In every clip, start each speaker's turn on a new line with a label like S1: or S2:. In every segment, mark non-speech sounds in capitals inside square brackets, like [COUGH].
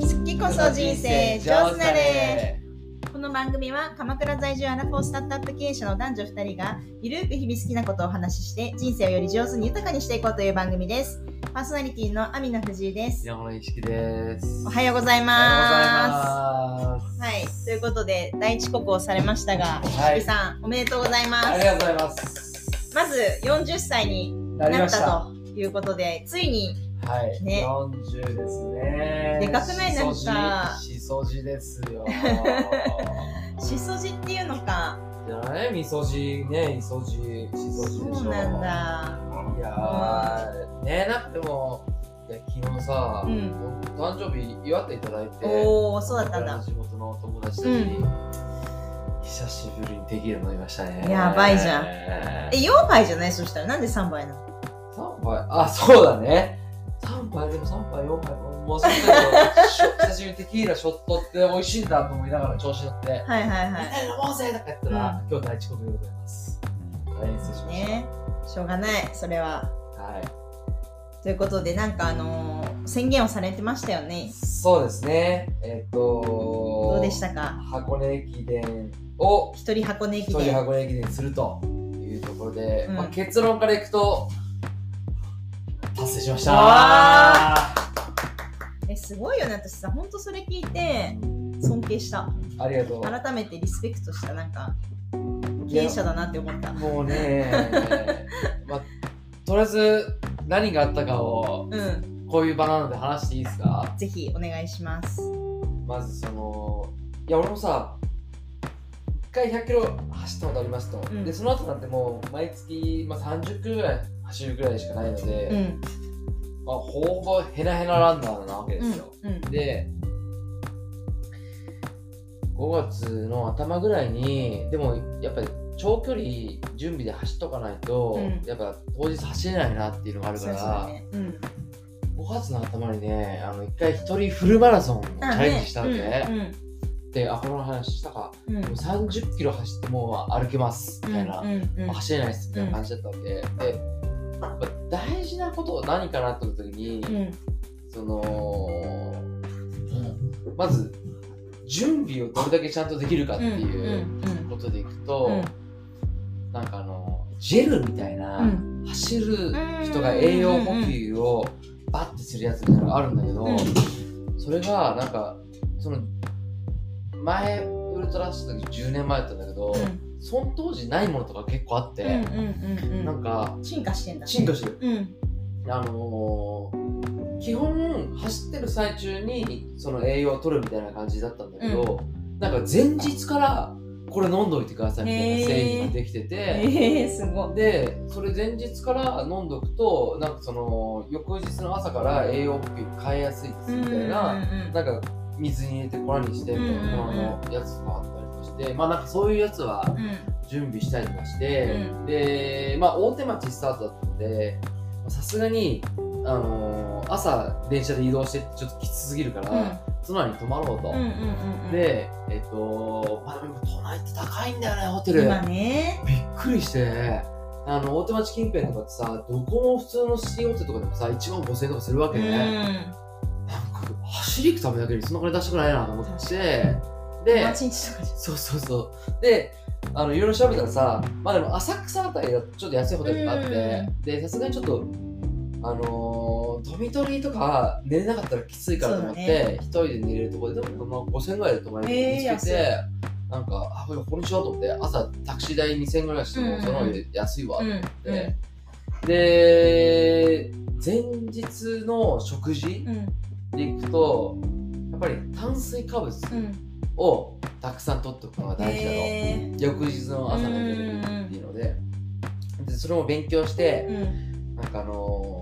S1: そ人生上手なれ
S2: この番組は鎌倉在住アラフォースタートアップ経営者の男女2人がゆるく日々好きなことをお話しして人生をより上手に豊かにしていこうという番組ですパーソナリティの網野藤井です
S1: 山本一樹です
S2: おはようござい
S1: お
S2: ます
S1: はようございます
S2: はいということで第一刻をされましたが、
S1: はい
S2: ゆきさんおめでとうございま
S1: あり
S2: す
S1: がとうございます
S2: まず40歳に
S1: なり
S2: な
S1: ま
S2: っ
S1: した
S2: たということでついに
S1: はい、
S2: ね
S1: 40ですね
S2: でかくないなんか
S1: しそじしそじです
S2: [LAUGHS]
S1: よ
S2: しそじっていうのか
S1: じゃないみそじねいそじしそじでしょ
S2: そうなんだ
S1: いやーねなってもいや昨日さ、
S2: うん
S1: 誕生日祝っていただいて
S2: おおそうだったんだ
S1: 地元のお友達たちに、久しぶりにテキーラ飲みましたね
S2: やばいじゃんえ
S1: え
S2: 4杯じゃないそしたらなんで3杯なの
S1: 3杯あそうだね3杯でも3杯4杯もうその時もしょ久しぶりにテキーラショットって美味しいんだと思いながら調子乗って「
S2: はいはいは
S1: みんなで飲もうぜ!」とか言ったら、今日第一刻でございます大変失礼し
S2: い
S1: ました、
S2: ねしょうがないそれは
S1: は
S2: ということでなんかあのー宣言をされてましたよ
S1: い
S2: ね
S1: そうですねえっ、と
S2: どうでしたか
S1: 箱根駅伝を
S2: 一人箱根
S1: 一
S2: 駅
S1: 人
S2: 伝
S1: 箱根駅伝するというところで、
S2: うん
S1: まあ、結論からいくと達成しました
S2: わえすごいよね私さほんとそれ聞いて尊敬した
S1: ありがとう
S2: 改めてリスペクトしたなんか経営者だなって思った
S1: もうね、 [LAUGHS] まあ、とりあえず何があったかを
S2: うん
S1: こういう場なので話していいですか
S2: ぜひお願いします
S1: まずそのいや俺もさ1回1 0 0キロ走ったことありますと、
S2: うん
S1: でその後なんてもう毎月、まあ、30キロぐらい走るぐらいしかないので、
S2: うん
S1: まあ、ほぼヘナヘナランナーなわけで
S2: うん
S1: すよ、
S2: うん
S1: で5月の頭ぐらいにでもやっぱり長距離準備で走っとかないと、
S2: うん
S1: やっぱ当日走れないなっていうのがある
S2: そ
S1: か
S2: う
S1: ら、
S2: ですよねうん
S1: 5月の頭にねあの一回一人フルマラソンをチ
S2: あ
S1: ャレンジしたわけ、
S2: ね
S1: であこの話したか
S2: うんうんうん
S1: もう30キロ走ってもう歩けますみたいな、
S2: うんうんうん
S1: 走れないですみたいな感じだったわけ、でやっぱ大事なことは何かなって思った時に、
S2: うん
S1: その、まず準備をどれだけちゃんとできるかっていう
S2: うんうん
S1: ことでいく
S2: う
S1: と、
S2: ん
S1: なんかあのジェルみたいな、
S2: うん
S1: 走る人が栄養補給をバッてするやつみたいなのがあるんだけど、
S2: うん
S1: それがなんかその前ウルトラした時10年前だったんだけど、その当時ないものとか結構あって、
S2: うんうんうんうん
S1: なんか
S2: 進化してんだね
S1: 進化してる。
S2: うん
S1: あのー基本走ってる最中にその栄養を取るみたいな感じだったんだけど、なんか前日からこれ飲んどいてくださいみたいな製品ができてて、
S2: ええすごい
S1: でそれ前日から飲んどくとなんかその翌日の朝から栄養補給変えやすいですみたいな、なんか水に入れて粉にしてみたいな粉のやつとかあったりとかして、まあなんかそういうやつは
S2: うん
S1: 準備したりとかして、
S2: う
S1: で、まあ、大手町スタートだったのでさすがに、あのー朝電車で移動してちょっときつすぎるから、都内に泊まろうと、
S2: うんうんうんうん
S1: でえっ、とまあでも都内って高いんだよねホテル、
S2: 今ね
S1: びっくりしてあの大手町近辺とかってさどこも普通のシティホテルとかでもさ1万5000円とかするわけ
S2: う
S1: ね、なんか
S2: ん
S1: 走り行くためだけにそんな金出したくないなと思って
S2: 友
S1: で
S2: 達んちとかじ
S1: そうそうそう。で、あのいろいろ調べたらさ、まあでも浅草あたりだとちょっと安いホテルがあって、で、さすがにちょっと、あのー、飛び取りとか寝れなかったらきついからと思っ
S2: そう
S1: て、一人で寝れるところで、でも、まあ、5000円ぐらいで泊まれる
S2: えー
S1: 見つけて、なんか、あ、これこんにちはと思って、朝タクシー代2000円ぐらいして
S2: う
S1: も、
S2: ん
S1: その方が安いわ
S2: ゃ
S1: と
S2: んう
S1: 思っ
S2: ん
S1: て、で、前日の食事
S2: うん
S1: で行くと、やっぱり炭水化物
S2: うん
S1: をたくさん取っておくのが大事だろう。
S2: え
S1: 翌日の朝の出るっていうのででそれも勉強して
S2: うん
S1: なんかあのー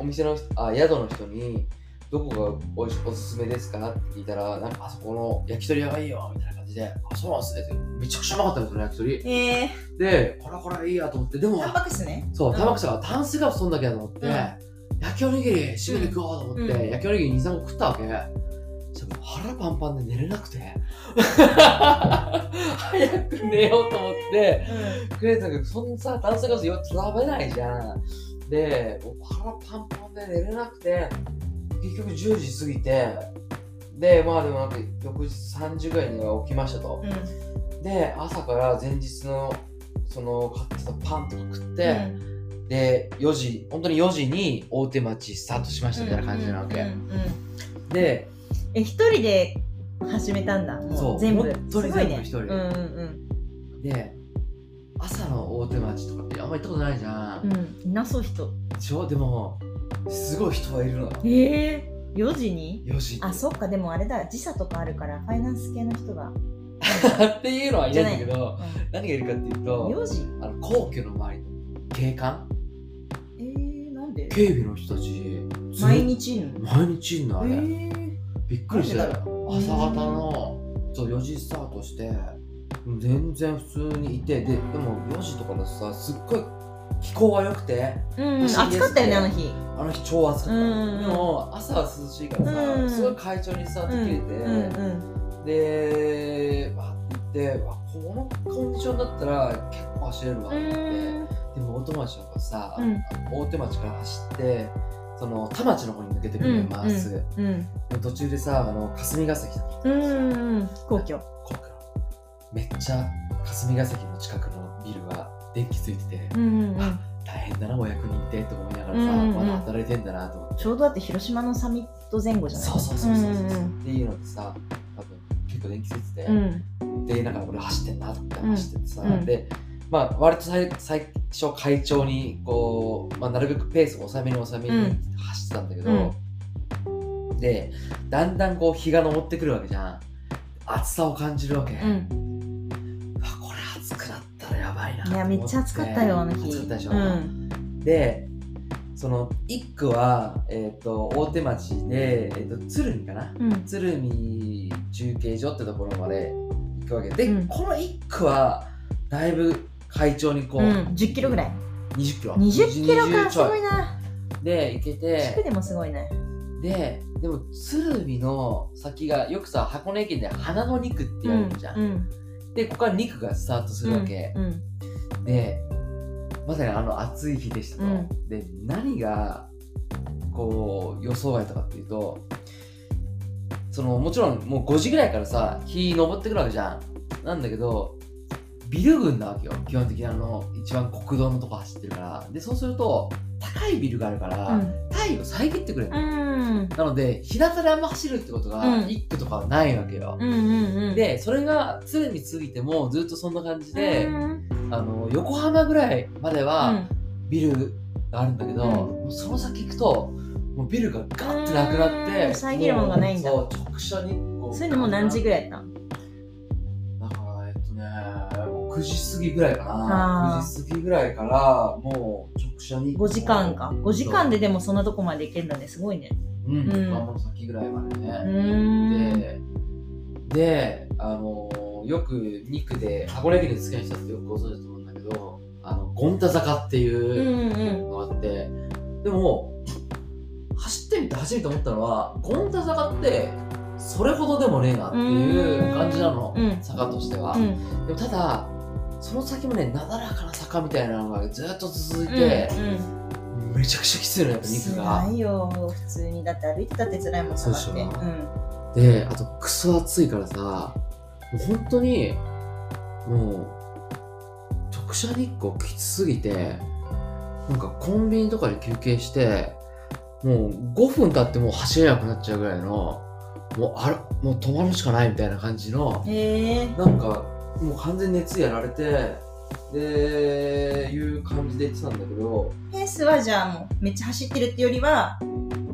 S1: お店の人あ宿の人にどこがおいしおすすめですかって聞いたらなんかあそこの焼き鳥屋がいいよみたいな感じであそうなんですねってめちゃくちゃうまかったんですよね焼き鳥
S2: ええ
S1: でこれこれいいやと思ってでも
S2: タンパク質ね
S1: そう
S2: うん
S1: 玉木さんが炭水化物とんだけやと思って、
S2: うん
S1: 焼きおにぎり締めて食おうと思って、
S2: うん
S1: 焼きおにぎり23個食ったわけそしたら腹パンパンで寝れなくて早く寝ようと思って
S2: う
S1: クレイさんがそんなさ炭水化物よく食べないじゃんでもう腹パンパンで寝れなくて結局10時過ぎてでまあでもなんか翌日3時ぐらいには起きましたと
S2: う、ん
S1: で朝から前日のその買ってたパンとか食って、
S2: うん
S1: で4時本当に4時に大手町スタートしましたみたいな感じなわけ、
S2: うんうんうん
S1: で
S2: え一人で始めたんだも
S1: そうう
S2: 全部
S1: 本当
S2: すごいね
S1: に全部一人
S2: うんうん
S1: で朝の大手町とかってあんま行ったことないじゃ、
S2: うんんいなそう人
S1: ちょでもすごい人はいるの
S2: ええ4時に
S1: 4時って
S2: あそっかでもあれだ時差とかあるからファイナンス系の人が、
S1: っていうのはいないんだけど
S2: う
S1: 何がいるかっていうと
S2: ん、4時
S1: あの皇居の周りの警官
S2: えー、なんで
S1: 警備の人たちず
S2: 毎日いんの
S1: 毎日いんのあれ、
S2: えー
S1: びっくりして
S2: な
S1: た
S2: んでだ
S1: よ朝方のそう4時スタートして全然普通にいてででも4時とかだとさすっごい気候が良くて
S2: うん、
S1: 不思議
S2: 暑
S1: ですね
S2: かったよねあの日
S1: あの日超暑かった、
S2: うん
S1: でも朝は涼しいからさ、
S2: うん
S1: すごい快調にさできれて、
S2: うん
S1: でバーって行ってわこのコンディションだったら結構走れるわと
S2: う
S1: 思って、
S2: ん
S1: でも大手町なんかさ、
S2: うん
S1: 大手町から走ってその田町の方に抜けてくるのよまっす
S2: う
S1: ぐ、
S2: んうん
S1: でも途中でさあの霞ヶ関とか
S2: うんうん皇居
S1: こっからめっちゃ霞ヶ関の近くのビルは電気ついてて、
S2: うんうんうん
S1: 大変だなお役人いてと思いながら
S2: うん
S1: さ、
S2: うんうん
S1: まだ働いてんだなと思って
S2: ちょうどだって広島のサミット前後じゃない
S1: そうそうそうそうそう、
S2: んん
S1: っていうのってさ多分結構電気ついてて、
S2: うん
S1: でなんか俺走ってんなって
S2: うん
S1: 走っててさ、
S2: うん
S1: でまあ割と最最初快調にこう、まあ、なるべくペースを抑えめに抑えめに
S2: うん
S1: 走ってたんだけど、でだんだんこう日が昇ってくるわけじゃん暑さを感じるわけ、
S2: うん
S1: うわこれ暑くなったらやばいなと
S2: い
S1: 思
S2: やめっちゃ暑かったよあの日
S1: 暑かったでしょ、
S2: うん
S1: でその一区は、えー、と大手町で、えー、と鶴見かな
S2: うん
S1: 鶴見中継所ってところまで行くわけで、
S2: うん
S1: この一区はだいぶ快調にこう、
S2: うん10キロぐらい
S1: 20キロ
S2: 20キロ
S1: 20
S2: か
S1: ち
S2: す
S1: ょ
S2: ごいな
S1: で行け
S2: 地区
S1: て
S2: でもすごいね
S1: ででも鶴見の先がよくさ箱根駅伝で花の2区って言われるじゃん、
S2: うん
S1: でここから2区がスタートするわけ、
S2: うん
S1: でまさにあの暑い日でしたと、
S2: うん
S1: で何がこう予想外とかっていうとそのもちろんもう5時ぐらいからさ日昇ってくるわけじゃんなんだけどビル群なわけよ基本的にあの一番国道のとこ走ってるからでそうすると高いビルがあるから、
S2: うん
S1: 太陽遮ってくれる、
S2: うん
S1: なので日向であんま走るってことが
S2: うん
S1: 一区とかはないわけよ、
S2: うんうんうん
S1: でそれが常に過ぎてもずっとそんな感じで、
S2: うん
S1: あの横浜ぐらいまで
S2: う
S1: は
S2: ん
S1: ビルがあるんだけど、
S2: うん
S1: もうその先行くともうビルがガッてなくなっ
S2: う
S1: て
S2: ん遮るものがないんだ
S1: もうそう直射日光
S2: そういうのもう何時ぐらいやったの
S1: だからえっとね9時過ぎぐらいか
S2: あ
S1: な
S2: ー
S1: 9時過ぎぐらいからもう直射日光
S2: 5時間か5時間ででもそんなとこまで行けるんだねすごいね
S1: うん、
S2: ん
S1: 横浜の先ぐらいまで
S2: う
S1: ね、
S2: ーん
S1: でであのよく2区で箱根駅伝好きな人ってよくご存知だと思うんだけどあのゴンタ坂ってい
S2: う
S1: う、
S2: んうん
S1: のがあってでも走ってみて走りと思ったのはゴンタ坂ってそれほどでもねえなっていう感じなの
S2: うん
S1: 坂としては、
S2: うん
S1: でもただその先もねなだらかな坂みたいなのがずっと続いて、
S2: うん
S1: めちゃくちゃきついのや
S2: う
S1: っ
S2: ん
S1: ぱ肉
S2: 辛
S1: が
S2: いよ普通にだって歩いてたって辛いもん
S1: そうでし
S2: 下
S1: ょ
S2: がって
S1: であとクソ暑いからさもう本当にもう直射日光きつすぎてなんかコンビニとかで休憩してもう5分経ってもう走れなくなっちゃうぐらいのもうあらもう止まるしかないみたいな感じの
S2: うんへえ
S1: なんかもう完全に熱やられてでいう感じで言ってたんだけど
S2: ペースはじゃあもうめっちゃ走ってるってよりは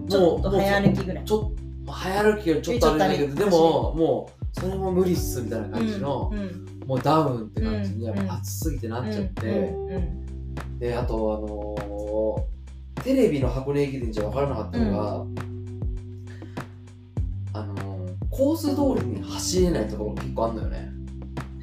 S2: ち
S1: も
S2: ょ
S1: う
S2: っと早歩きぐらい
S1: ちょっと早歩きよりちょっとあれだけど
S2: ち
S1: で
S2: ょっと歩いて
S1: ももうそれも無理っすみたいな感じの。
S2: うんうん
S1: もうダウンって感じに
S2: う
S1: や
S2: ん
S1: っぱ暑すぎてなっちゃって、
S2: うんうん
S1: であとあのーテレビの箱根駅伝じゃ分からなかったのが、あのーコース通りに走れないところも結構あんのよね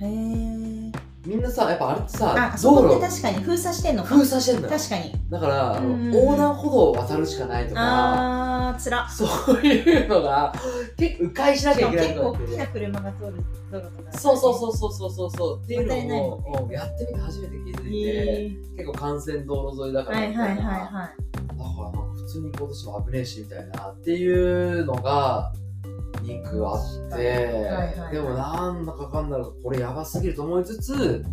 S2: うんへえ
S1: みんなさやっぱあれって
S2: あ
S1: さ
S2: あそ
S1: 道
S2: こって確
S1: 路
S2: かに封鎖してんのか
S1: 封鎖してんだよ
S2: 確かに
S1: だから、あの
S2: うんうんうん
S1: 横断歩道を渡るしかないとか
S2: あーつら
S1: そういうのが結構迂回しな
S2: し
S1: きゃ
S2: かも
S1: いけな
S2: 結
S1: い
S2: 構
S1: とか
S2: 大
S1: っ
S2: きな
S1: て
S2: 車が通る道路とか
S1: そうそうそうそうそうそうそうっていう
S2: 渡れない
S1: の
S2: もんね
S1: をうんやってみて初めて気づいて、
S2: へえ
S1: 結構幹線道路沿いだから
S2: はいはいはいは
S1: だからなんか普通に今年も危ねえしみたいなっていうのが肉あって、
S2: はいはい
S1: でもなんだかかんだこれやばすぎると思いつつ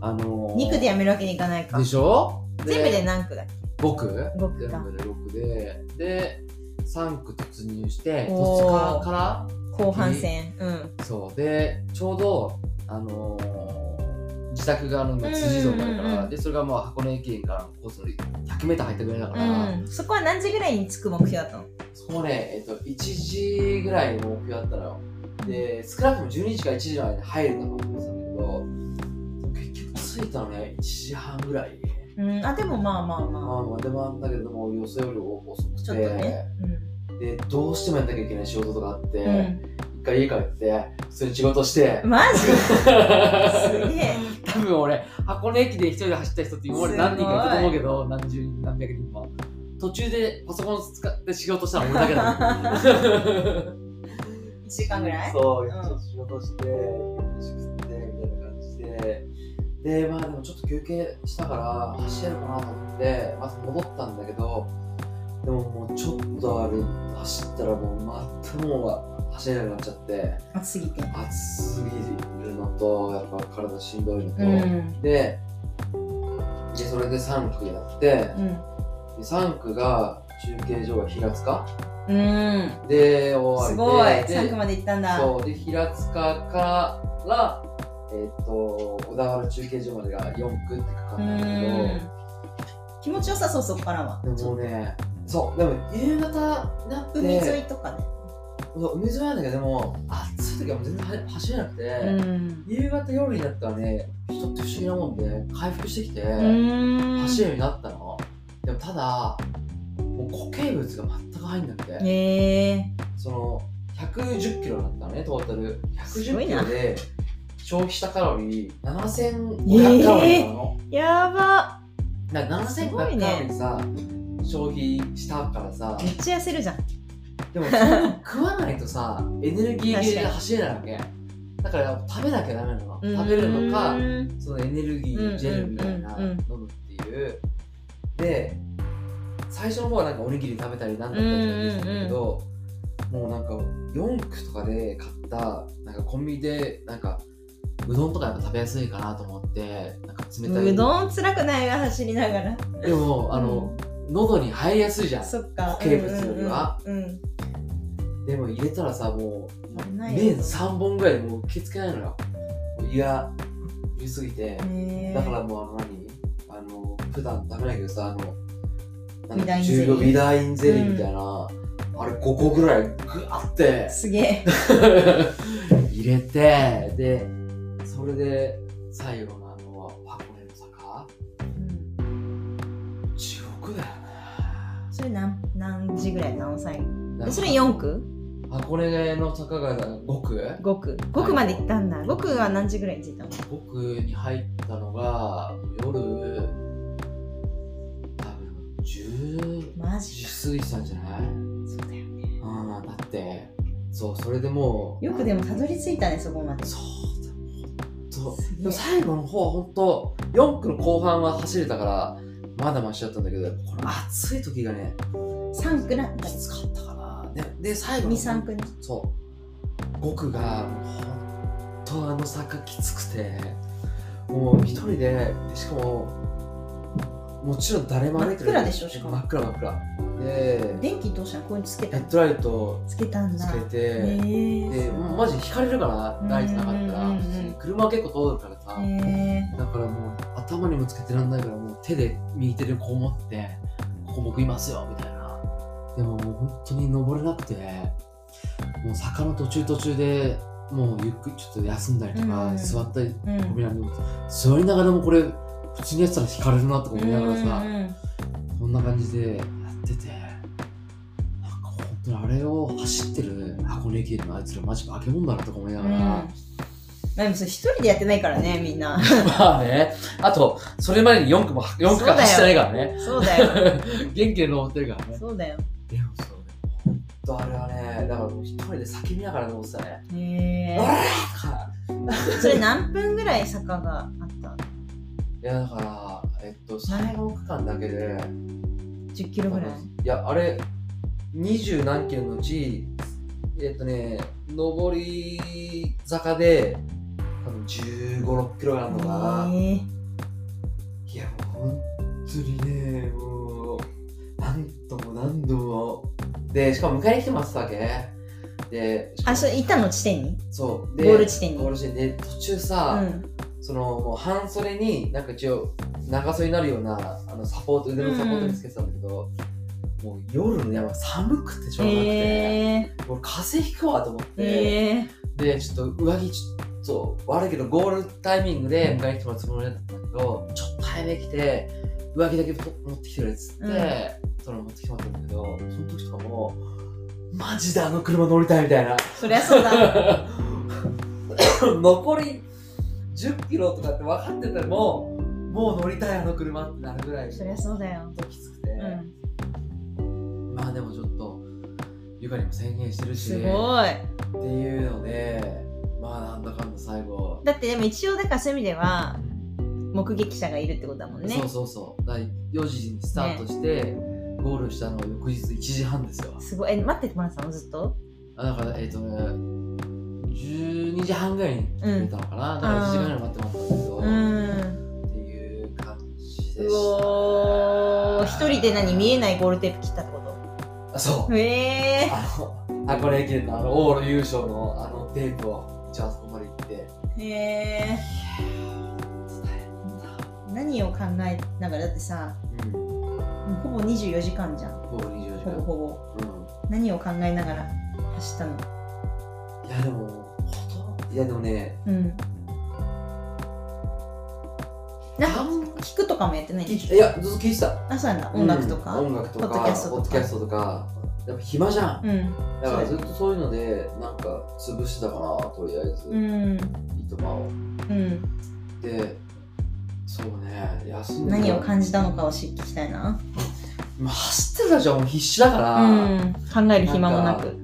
S1: あのー
S2: 肉でやめるわけにいかないか
S1: でしょ
S2: 全部で何区だっ
S1: 僕
S2: 僕か
S1: 全部で6でで3区突入して
S2: おー
S1: 戸塚か
S2: け後半戦うん
S1: らそうでちょうどあのー自宅があの今辻堂にあるか
S2: うんうん
S1: ら、
S2: うん
S1: でそれがまあ箱根駅伝からのコースの 100m 入ったぐらいだから、
S2: うんそこは何時ぐらいに着く目標だったの
S1: そこね、えっと、1時ぐらいの目標だったのよ。で、少なくとも12時から1時の間に入るんだと思ってたんだけど、結局着いたのね、1時半ぐらい。
S2: うんあでもまあまあ
S1: まあ
S2: ま
S1: まあ、でもだけど、もう予想より遅く
S2: あ
S1: て、
S2: ちょっとねうん
S1: で、どうしてもやんなきゃいけない仕事とかあって、一、
S2: うん
S1: 回家帰って、普通に仕事して、 [LAUGHS]
S2: マジすげえ
S1: 多分俺、箱根駅で一人で走った人って今まで何人かいたと思うけど、何十人、何百人か。途中でパソコン使って仕事したの俺だけ
S2: [LAUGHS] 1
S1: だもん。
S2: 週間ぐらい
S1: そう、
S2: うん
S1: ちょっと仕事して、飯食って、みたいな感じで。で、まあでもちょっと休憩したから、走れるかなと思って、まず戻ったんだけど、でももうちょっとあれ、走ったらもう全くもう走れなくなっちゃって、
S2: 暑すぎて
S1: 暑すぎるのと、やっぱ体しんどいのと、
S2: うん
S1: で、で、それで3区やって、で
S2: うん
S1: 3区が中継所が平塚
S2: うん
S1: で、終
S2: すご
S1: わ
S2: い
S1: りで、で
S2: 3区まで行ったんだ
S1: そうで平塚から、えっと小田原中継所までが4区ってかか
S2: う
S1: るんだ
S2: ん
S1: け
S2: 気持ちよさそうそこからは
S1: どでもねそうでも夕方になって
S2: 海沿いとかね
S1: そう海沿いなんだけどでも暑い時はもう全然は走れなくて、
S2: うん
S1: 夕方夜になったらね人って不思議なもんで回復してきて、
S2: うん
S1: 走るようになったのでもただもう固形物が全く入んなくて、
S2: へえ
S1: その110キロだったのねトータル
S2: すご
S1: 110
S2: い
S1: キ
S2: な
S1: ロで消費したカロリー
S2: えー
S1: 7500カロリーなの、
S2: やば
S1: だから
S2: すごい
S1: 7500
S2: ね
S1: カロリーさ、消費したからさ
S2: めっちゃ痩せるじゃん
S1: でもそれを食わないとさエネルギー切れで走れないわけだから食べなきゃダメなの食べるのか
S2: うん
S1: そのエネルギージェルみたいな
S2: うんうんうん
S1: 飲むっていうで最初の方はなんかおにぎり食べたりなんだったりとかでしたけど、もうなんか4区とかで買ったなんかコンビニでなんかうどんとかやっぱ食べやすいかなと思ってなんか冷たいう
S2: どん辛くないわ走りながら
S1: でもあの、喉に入りやすいじゃん
S2: そっか
S1: 固形物よりは
S2: うんうんうん
S1: でも入れたらさもう
S2: ないよ
S1: 麺3本ぐらいでもう受け付けないのよもう胃が入れすぎて、
S2: へえ
S1: だからもうあの何あの普段食べないけどさあのなんだ
S2: ビダインゼリー
S1: 10秒ビダインゼリーみたいな、あれ5個ぐらいグワって
S2: [LAUGHS] すげえ
S1: 入れてでそれで最後のあの箱根の坂地獄だよ
S2: それ何何時ぐらいなの最後
S1: ね
S2: えそれ四区
S1: 箱根の坂が5区
S2: 五区五区まで行ったんだ五区は何時ぐらいに着いたの
S1: 5区に入ったのが夜多分10
S2: マジか
S1: 時過ぎてたんじゃない
S2: そうだよね
S1: ああだってそうそれでもう
S2: よくでもたどり着いたねそこまで
S1: そうだほんと
S2: すげえ
S1: でも最後の方は本当4区の後半は走れたからまだマシだったんだけどこの暑い時がね
S2: 三区なった
S1: きつかったかなでで最後の
S2: 二三区ね
S1: そう5区が本当あの坂きつくてもう一人ででしかももちろん誰も歩いて
S2: 真っ
S1: る
S2: 暗でしょしかも
S1: 真っ暗真っ暗で
S2: 電気どうしたのこういうのつけ
S1: ヘ
S2: たの
S1: ッドライト
S2: つけたんだ
S1: つけて、
S2: へえ
S1: でもうマジ引かれるからライトなかったら
S2: うんうんうんうん
S1: 普通に車は結構通るからさ
S2: へ
S1: だからもう頭にもつけてらんないからもう手で右手でこう持ってここ僕いますよみたいなでももう本当に登れなくてもう坂の途中途中でもうゆっくりちょっと休んだりと
S2: うんう
S1: か
S2: ん
S1: 座ったり
S2: え
S1: ごめんなさい座りながらもこれ普通にやってたら引かれるなとか思いながら
S2: う
S1: さ
S2: んうんうん
S1: こんな感じでやってて、なんか本当にあれを走ってる箱根駅伝のあいつらマジ化け物だなとか思いながら、
S2: まあでもそれ一人でやってないからねみん
S1: [LAUGHS]
S2: な
S1: まあね、あと、それまでに4区も、4区間走ってないからね、 [LAUGHS]
S2: そうだよ
S1: 元気で登ってるからね。
S2: そうだよ
S1: でもそうね、本当あれはね、だからもう一人で叫びながら登ってたね。
S2: へえ
S1: うわーとか
S2: それ何分ぐらい坂があった
S1: いや、だから、えっと、最後の区間だけで、
S2: 10キロぐらい
S1: いや、あれ、二十何キロのうち、えっとね、上り坂で、多分15、6キロがあるのかな。
S2: ええ
S1: いや、もう本当にね、もう、何度も何度も。で、しかも迎えに来てますわけね。で、しか
S2: あ
S1: も
S2: それ行ったの地点に
S1: そう。で、
S2: ゴール地点
S1: ゴー
S2: に
S1: ル地点で、途中
S2: う
S1: さ、
S2: ん
S1: その、もう半袖に、なんか一応、長袖になるような、あの、サポート、腕のサポートにつけてたんだけど、もう夜の山寒くてしょうがなくて、
S2: え
S1: 俺風邪ひくわと思っ
S2: え
S1: て、
S2: え
S1: でちょっと上着ちょっと悪いけどゴールタイミングで迎えに来てもらうつもりだったんだけどちょっと早めに来て上着だけと持ってきてくれっつって、その持ってきてもらったんだけどその時とかもマジであの車乗りたいみたいな
S2: そりゃそうだ [LAUGHS]
S1: [LAUGHS] 残り10キロとかって分かっててももう乗りたいあの車ってなるぐらい
S2: そりゃそうだよ
S1: ほんときつくて、
S2: うん
S1: まあでもちょっとゆかりも宣言してるし
S2: すごい
S1: っていうのでまあなんだかんだ最後、
S2: だってでも一応だからそういう意味では目撃者がいるってことだもんね
S1: そうそうそうだから4時にスタートして、ゴールしたのが翌日1時半ですよ
S2: すごいえ待っててもらってたのずっと
S1: あだからえっ、とね12時半ぐらいに来てくれたのかな、だから1時間ぐらい待ってもらったんだけど、
S2: うん
S1: っていう感じで
S2: う
S1: した
S2: おー一人で何見えないゴールテープ切ったってこ
S1: あそう
S2: とええ
S1: あの箱根駅伝のあの往路優勝のあのテープをじゃあそこまで行って
S2: ー、えー、何を考えながらだってさ
S1: うんゴ
S2: もうほぼ24時間じゃん
S1: ール24時
S2: ほぼ
S1: 間
S2: ほぼ
S1: うん
S2: 何を考えながら走ったの
S1: いやでも、ほとんどいやでもね、
S2: うんなんか
S1: 半
S2: 聞くとかもやってない
S1: いや、ずっと聞いてた。
S2: 朝なんだ音楽とか
S1: うん音楽とか、
S2: ポッドキャストとか
S1: ポッドキャストとかやっぱ暇じゃん。
S2: うん
S1: だから
S2: そ
S1: ずっとそういうので、なんか潰してたかな、とりあえず、
S2: うん
S1: 糸間を。
S2: うん
S1: で、そうね、休んで。
S2: 何を感じたのかを知っていきたいな
S1: まあ走ってたじゃん、もう必死だから、
S2: うん考える暇もなく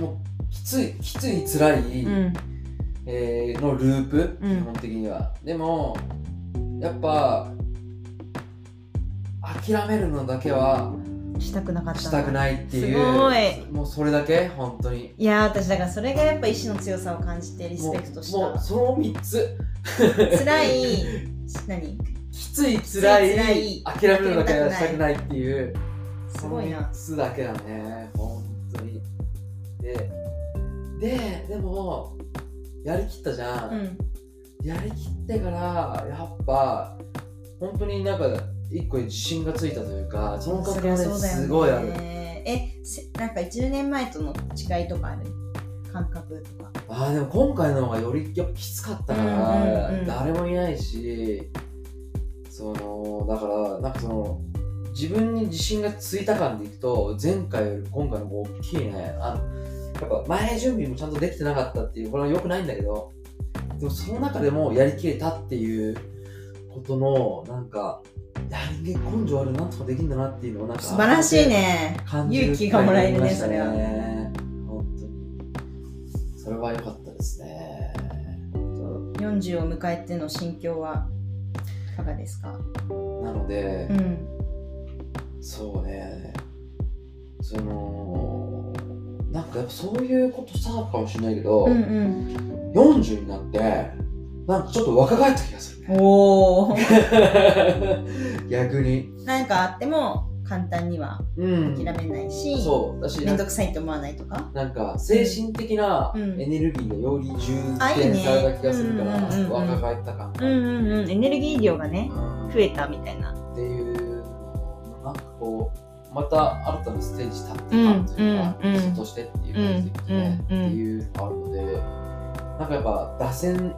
S1: もうきつい、きつい、辛い、
S2: うん
S1: えーのループ、
S2: うん
S1: 基本的には。でも、やっぱ、諦めるのだけは
S2: したくなかった
S1: したく
S2: い
S1: ないっていう
S2: すごい
S1: もうそれだけ本当に
S2: いやー私だからそれがやっぱ意志の強さを感じてリス
S1: も
S2: ペクトし
S1: うもう
S2: た
S1: その3つ
S2: 辛い [LAUGHS] 何
S1: きついつらい
S2: きつい
S1: 諦めるのだけはしたくないっていう
S2: すごい
S1: その3
S2: な
S1: つだけだね本当にでででもやりきったじゃん、
S2: うん
S1: やりきってからやっぱ本当になんか一個自信がついたというかその
S2: そ
S1: 感
S2: り
S1: 覚が
S2: ゃそ
S1: ね
S2: うだよね
S1: すごいある
S2: えせなんか10年前との違いとかある感覚とか
S1: あーでも今回の方がよりやっぱきつかったから、
S2: うんうんうん
S1: 誰もいないしそのだからなんかその自分に自信がついた感でいくと前回より今回の方が大きいねあのやっぱ前準備もちゃんとできてなかったっていうこれは良くないんだけどでもその中でもやりきれたっていうことのなんかいや人間根性あるなんとかできるんだなっていうのをなんか
S2: 素晴らしいね
S1: 感じる
S2: 勇気がもらえる
S1: 機
S2: ね
S1: 会
S2: そ
S1: に
S2: れ
S1: なりま
S2: は
S1: したね本当にそれは良かったですね
S2: 40を迎えての心境はいかがですか
S1: なので
S2: う、ん
S1: そうねそのなんかやっぱそういうことしたのかもしれないけど、
S2: うんうん
S1: 40になってなんかちょっと若返った気がするね [LAUGHS]
S2: おお
S1: 逆に
S2: [LAUGHS] なんかあっても簡単には
S1: うん
S2: 諦めないし、
S1: そうだし
S2: め
S1: なんん
S2: ど
S1: か
S2: くさいと思わないとか
S1: なんか精神的なエ
S2: うん
S1: ネルギーがより充
S2: あいい
S1: 填
S2: ね
S1: された気がするから、
S2: うんうんうんうん
S1: 若返った感が、
S2: うんうんエネルギー量がね
S1: うん
S2: 増えたみたいな
S1: っていうのなんかこうまた新たなステージ立って感というか、
S2: うんうんうん
S1: 人としてっていう感じでね、
S2: うんうんうん
S1: っていうのがあるのでなんかやっぱ打線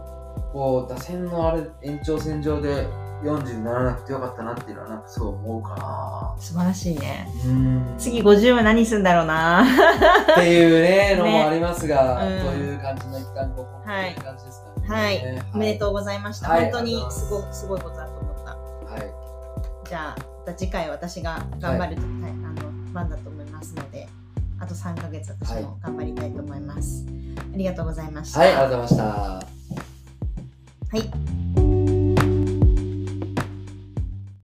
S1: こう打線のあれ延長線上で40にならなくてよかったなっていうのはなんかそう思うかな
S2: 素晴らしいね
S1: うん
S2: 次50は何するんだろうな
S1: っていうねのもありますが、
S2: ねうん
S1: という感じの一旦ご報告と
S2: はい
S1: いう感じですかね、
S2: はいおめでとうございました、
S1: はい
S2: 本当
S1: あり
S2: に
S1: がとう
S2: す
S1: ご
S2: ごすごいことだと思った
S1: うはい
S2: じゃあまた次回私が頑張る、はいあの番だと思いますのであと3ヶ月私も頑張りたいと思います、ありがとうございました
S1: はい、ありがとうございました
S2: はい